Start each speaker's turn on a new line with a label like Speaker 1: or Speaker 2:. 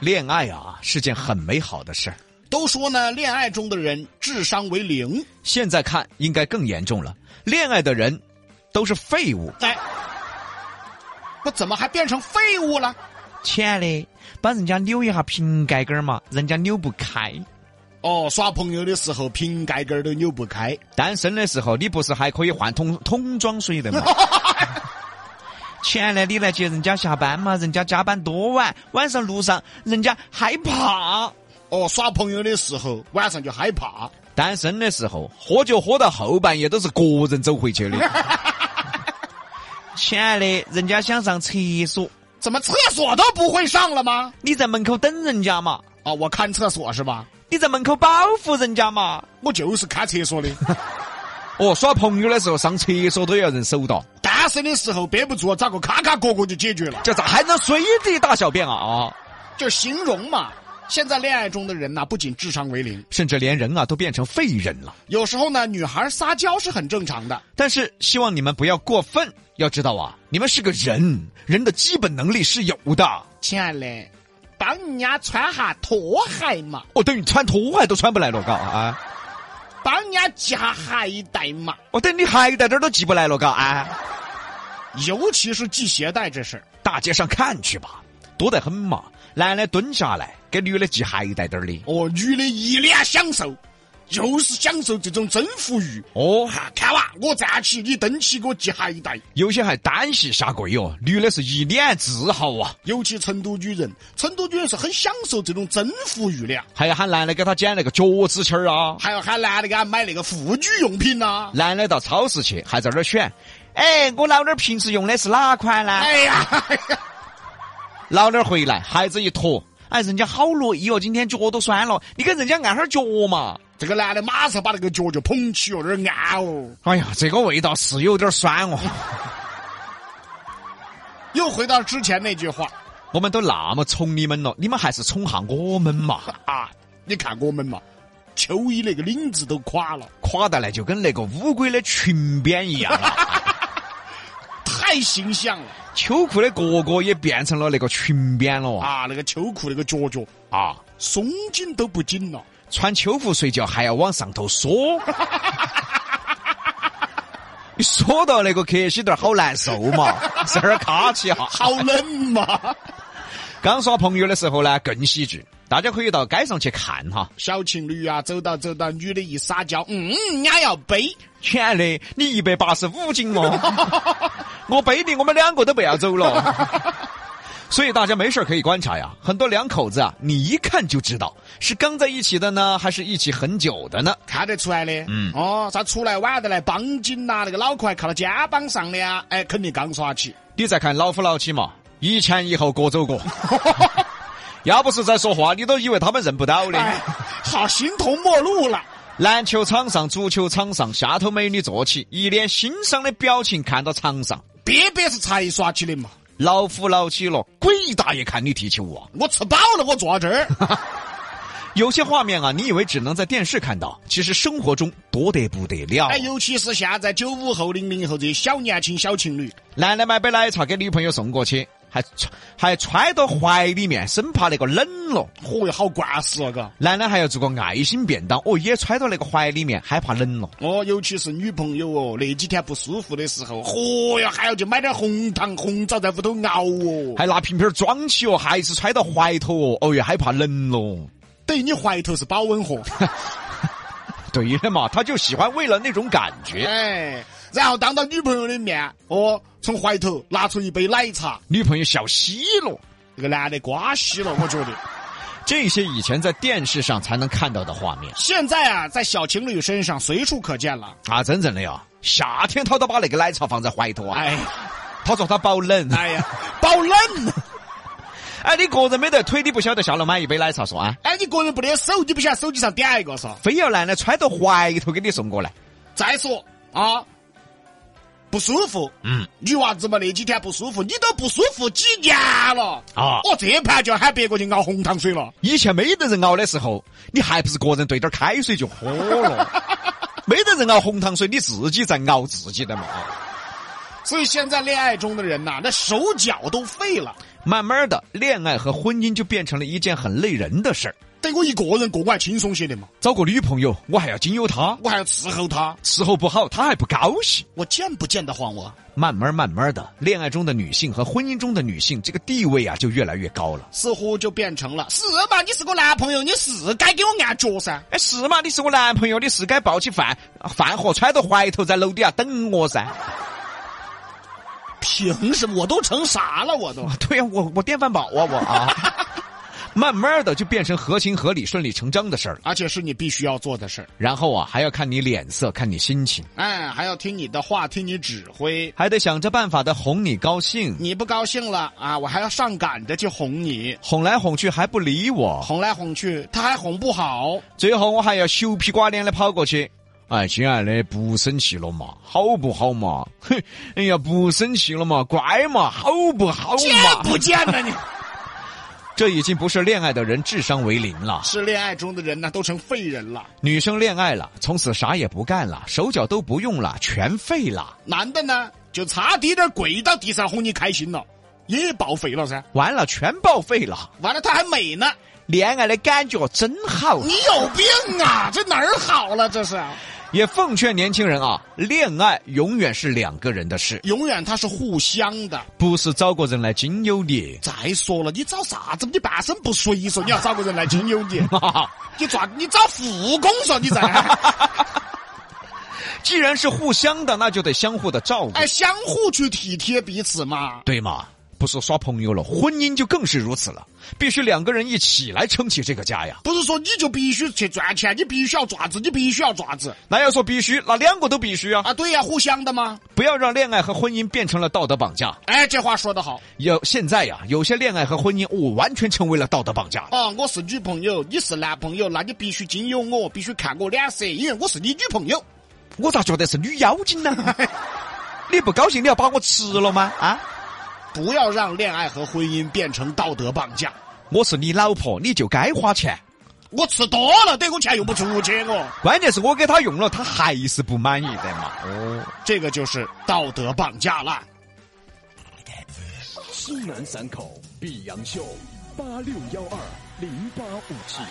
Speaker 1: 恋爱啊是件很美好的事儿，
Speaker 2: 都说呢，恋爱中的人智商为零。
Speaker 1: 现在看应该更严重了。恋爱的人都是废物。
Speaker 2: 哎，那怎么还变成废物了？
Speaker 1: 亲爱的，帮人家扭一下瓶盖杆儿嘛，人家扭不开。
Speaker 2: 哦，耍朋友的时候瓶盖杆儿都扭不开。
Speaker 1: 单身的时候，你不是还可以换 桶桶装水 的吗？亲爱的，你来接人家下班嘛？人家加班多晚，晚上路上人家害怕。
Speaker 2: 哦，耍朋友的时候晚上就害怕。
Speaker 1: 单身的时候，喝酒喝到后半夜都是个人走回去的。 亲爱的，人家想上厕所，
Speaker 2: 怎么厕所都不会上了吗？
Speaker 1: 你在门口等人家嘛？
Speaker 2: 啊，我看厕所是吧？
Speaker 1: 你在门口保护人家嘛？
Speaker 2: 我就是看厕所的。
Speaker 1: 哦，耍朋友的时候上厕所都要人守到，
Speaker 2: 单身的时候憋不住，找个咔咔角角就解决了，
Speaker 1: 这咋还能随地大小便啊？啊，
Speaker 2: 就形容嘛。现在恋爱中的人呐、不仅智商为零，
Speaker 1: 甚至连人啊都变成废人了。
Speaker 2: 有时候呢，女孩撒娇是很正常的。
Speaker 1: 但是希望你们不要过分，要知道啊，你们是个人，人的基本能力是有的。
Speaker 2: 亲爱的，帮人家穿下拖鞋嘛，
Speaker 1: 哦，等你穿拖鞋都穿不来了，嘎啊！
Speaker 2: 帮人家系下鞋带嘛，
Speaker 1: 哦，等你鞋带这儿都系不来了，嘎啊！
Speaker 2: 尤其是系鞋带这事儿。
Speaker 1: 大街上看去吧，多得很嘛。男的蹲下来给女的系鞋带带儿的，
Speaker 2: 哦，女的一脸享受，又是享受这种征服欲。
Speaker 1: 哦，
Speaker 2: 哈，看哇，我站起，你蹬起，给我系鞋带。
Speaker 1: 有些还单膝下跪哟、哦，女的是一脸自豪啊，
Speaker 2: 尤其成都女人，成都女人是很享受这种征服欲的，
Speaker 1: 还要哎喊男的给她剪那个脚趾签儿啊。
Speaker 2: 还要喊男的给她买那个妇女用品呐、
Speaker 1: 男的到超市去还在那儿选，哎，我老娘儿平时用的是哪款呢？
Speaker 2: 哎呀，哎呀，
Speaker 1: 老点儿回来，孩子一坨，哎，人家好乐意哦，今天脚都酸了，你给人家按下脚嘛。
Speaker 2: 这个男的马上把那个脚就捧起哦，在那儿按哦。
Speaker 1: 哎呀，这个味道是有点酸哦。
Speaker 2: 又回到之前那句话
Speaker 1: 我们都那么宠你们了，你们还是宠下我们嘛。
Speaker 2: 啊，你看我们嘛，秋衣那个领子都垮了，
Speaker 1: 垮得来就跟那个乌龟的裙边一样啊了，
Speaker 2: 太形象了
Speaker 1: 秋裤的角角也变成了那个裙边了啊
Speaker 2: 啊！那个秋裤那个脚脚
Speaker 1: 啊！
Speaker 2: 松紧都不紧了。
Speaker 1: 穿秋裤睡觉还要往上头缩， 你缩到那个客西段好难受嘛，在那儿卡起哈。
Speaker 2: 好冷嘛！
Speaker 1: 刚耍朋友的时候呢，更喜剧，大家可以到街上去看哈。
Speaker 2: 小情侣啊，走到走到，女的一撒娇，嗯，人家要背，
Speaker 1: 亲爱的，你一百八十五斤哦， 我背的我们两个都不要走了。所以大家没事儿可以观察呀，很多两口子啊，你一看就知道是刚在一起的呢，还是一起很久的呢？
Speaker 2: 看得出来的。嗯，哦，啥出来晚的来绑紧呐，那个脑壳还靠到肩膀上的啊，哎，肯定刚耍起。
Speaker 1: 你再看老夫老妻嘛，一前一后各走 各， 要不是在说话，你都以为他们认不到的。
Speaker 2: 哎，好形同陌路了。
Speaker 1: 篮球场上、足球场上，下头美女坐起，一脸欣赏的表情看到场上。
Speaker 2: 别别是才耍起的嘛，
Speaker 1: 老夫老妻了，鬼大爷看你踢球啊！
Speaker 2: 我吃饱了，我坐到这儿。
Speaker 1: 有些画面啊，你以为只能在电视看到，其实生活中多得不得了。
Speaker 2: 哎，尤其是现在九五后、零零后这些小年轻小情侣，
Speaker 1: 男的买杯奶茶给女朋友送过去，还揣还揣到怀里面，生怕那个冷了。
Speaker 2: 嚯哟，好惯死哦，嘎。
Speaker 1: 男的还要做个爱心便当，哦，也揣到那个怀里面，害怕冷了。
Speaker 2: 哦，尤其是女朋友哦，那几天不舒服的时候，嚯哟，还要去买点红糖红枣在屋头熬哦，
Speaker 1: 还拿瓶瓶儿装起哦，还是揣到怀头哦，哦哟，害怕冷喽。
Speaker 2: 等于你怀头是保温盒。
Speaker 1: 对的嘛，他就喜欢为了那种感觉。
Speaker 2: 哎，然后当到女朋友的面，哦，从怀头拿出一杯奶茶，
Speaker 1: 女朋友笑嘻了，
Speaker 2: 那个男的瓜稀了，我觉得。
Speaker 1: 这些以前在电视上才能看到的画面
Speaker 2: 现在啊，在小情侣身上随处可见了。
Speaker 1: 啊，真正的呀！夏天他都把那个奶茶放在怀头啊，
Speaker 2: 哎，
Speaker 1: 他说他保冷。
Speaker 2: 哎呀，保冷！
Speaker 1: 哎，你个人没得腿，你不晓得下楼买一杯奶茶说啊，
Speaker 2: 哎，你个人不得手，你不晓得手机上点一个是吧？
Speaker 1: 非要男的揣到怀头给你送过来。
Speaker 2: 再说啊，不舒服，
Speaker 1: 嗯，
Speaker 2: 女娃子嘛那几天不舒服，你都不舒服几年了
Speaker 1: 啊
Speaker 2: 我这盘就要喊别个去熬红糖水了。
Speaker 1: 以前没得人熬的时候，你还不是个人兑点儿开水就喝了。 没得人熬红糖水，你自己在熬自己的嘛。
Speaker 2: 所以现在恋爱中的人呐、那手脚都废了。
Speaker 1: 慢慢的，恋爱和婚姻就变成了一件很累人的事儿。
Speaker 2: 得我一个人过，我还轻松些的嘛，
Speaker 1: 找个女朋友，我还要经由她，
Speaker 2: 我还要伺候他，
Speaker 1: 伺候不好，她还不高兴。
Speaker 2: 我见不见得慌我？
Speaker 1: 慢慢慢慢的，恋爱中的女性和婚姻中的女性这个地位啊，就越来越高了。
Speaker 2: 似乎就变成了是嘛？你是我男朋友，你是该给我按脚噻。
Speaker 1: 哎，是嘛？你是我男朋友，你是该抱起饭饭盒揣到怀头，在楼底下等我噻。
Speaker 2: 凭什么？我都成啥了？我都
Speaker 1: 对呀、我我电饭煲啊，我啊。 慢慢的就变成合情合理、顺理成章的事儿了。
Speaker 2: 而且是你必须要做的事儿。
Speaker 1: 然后啊，还要看你脸色，看你心情，
Speaker 2: 哎，还要听你的话，听你指挥。
Speaker 1: 还得想着办法的哄你高兴，
Speaker 2: 你不高兴了啊，我还要上赶着去哄你，
Speaker 1: 哄来哄去还不理我，
Speaker 2: 哄来哄去，他还哄不好。
Speaker 1: 最后我还要羞皮瓜脸的跑过去。哎，亲爱的，不生气了嘛，好不好嘛？ 哼，哎呀，不生气了嘛，乖嘛，好不好
Speaker 2: 见
Speaker 1: 嘛？
Speaker 2: 不见呢你？
Speaker 1: 这已经不是恋爱的人智商为零了。
Speaker 2: 是恋爱中的人呢，都成废人了。
Speaker 1: 女生恋爱了，从此啥也不干了，手脚都不用了，全废了，
Speaker 2: 男的呢，就差滴点儿跪到地上哄你开心了，也报废了噻。
Speaker 1: 完了，全报废了。
Speaker 2: 完了他还美呢，
Speaker 1: 恋爱的感觉真好啊。
Speaker 2: 你有病啊？这哪儿好了？这是，
Speaker 1: 也奉劝年轻人啊，恋爱永远是两个人的事，
Speaker 2: 永远他是互相的。
Speaker 1: 不是找个人来经由你。
Speaker 2: 再说了，你找啥子？你半身不遂说你要找个人来经由 你，
Speaker 1: 哈哈，
Speaker 2: 你咋？你找护工说你在？
Speaker 1: 既然是互相的，那就得相互的照顾，
Speaker 2: 哎，相互去体贴彼此嘛。
Speaker 1: 对嘛？不是耍朋友了，婚姻就更是如此了，必须两个人一起来撑起这个家呀。
Speaker 2: 不是说你就必须去赚钱，你必须要爪子，你必须要爪子
Speaker 1: 那要说必须，那两个都必须啊！
Speaker 2: 啊！对呀、互相的嘛。
Speaker 1: 不要让恋爱和婚姻变成了道德绑架。
Speaker 2: 哎，这话说得好
Speaker 1: 有现在呀，有些恋爱和婚姻，我、完全成为了道德绑架。
Speaker 2: 哦，我是女朋友，你是男朋友，那你必须经由我，必须看我脸色，因为我是你女朋友。
Speaker 1: 我咋觉得是女妖精呢？你不高兴，你要把我吃了吗？啊？
Speaker 2: 不要让恋爱和婚姻变成道德绑架。
Speaker 1: 我是你老婆，你就该花钱。
Speaker 2: 我吃多了，对我钱用不出去，我
Speaker 1: 关键是我给他用了，他还是不满意的嘛。哦，
Speaker 2: 这个就是道德绑架了。
Speaker 3: 西南散口碧阳秀，八六幺二零八五七。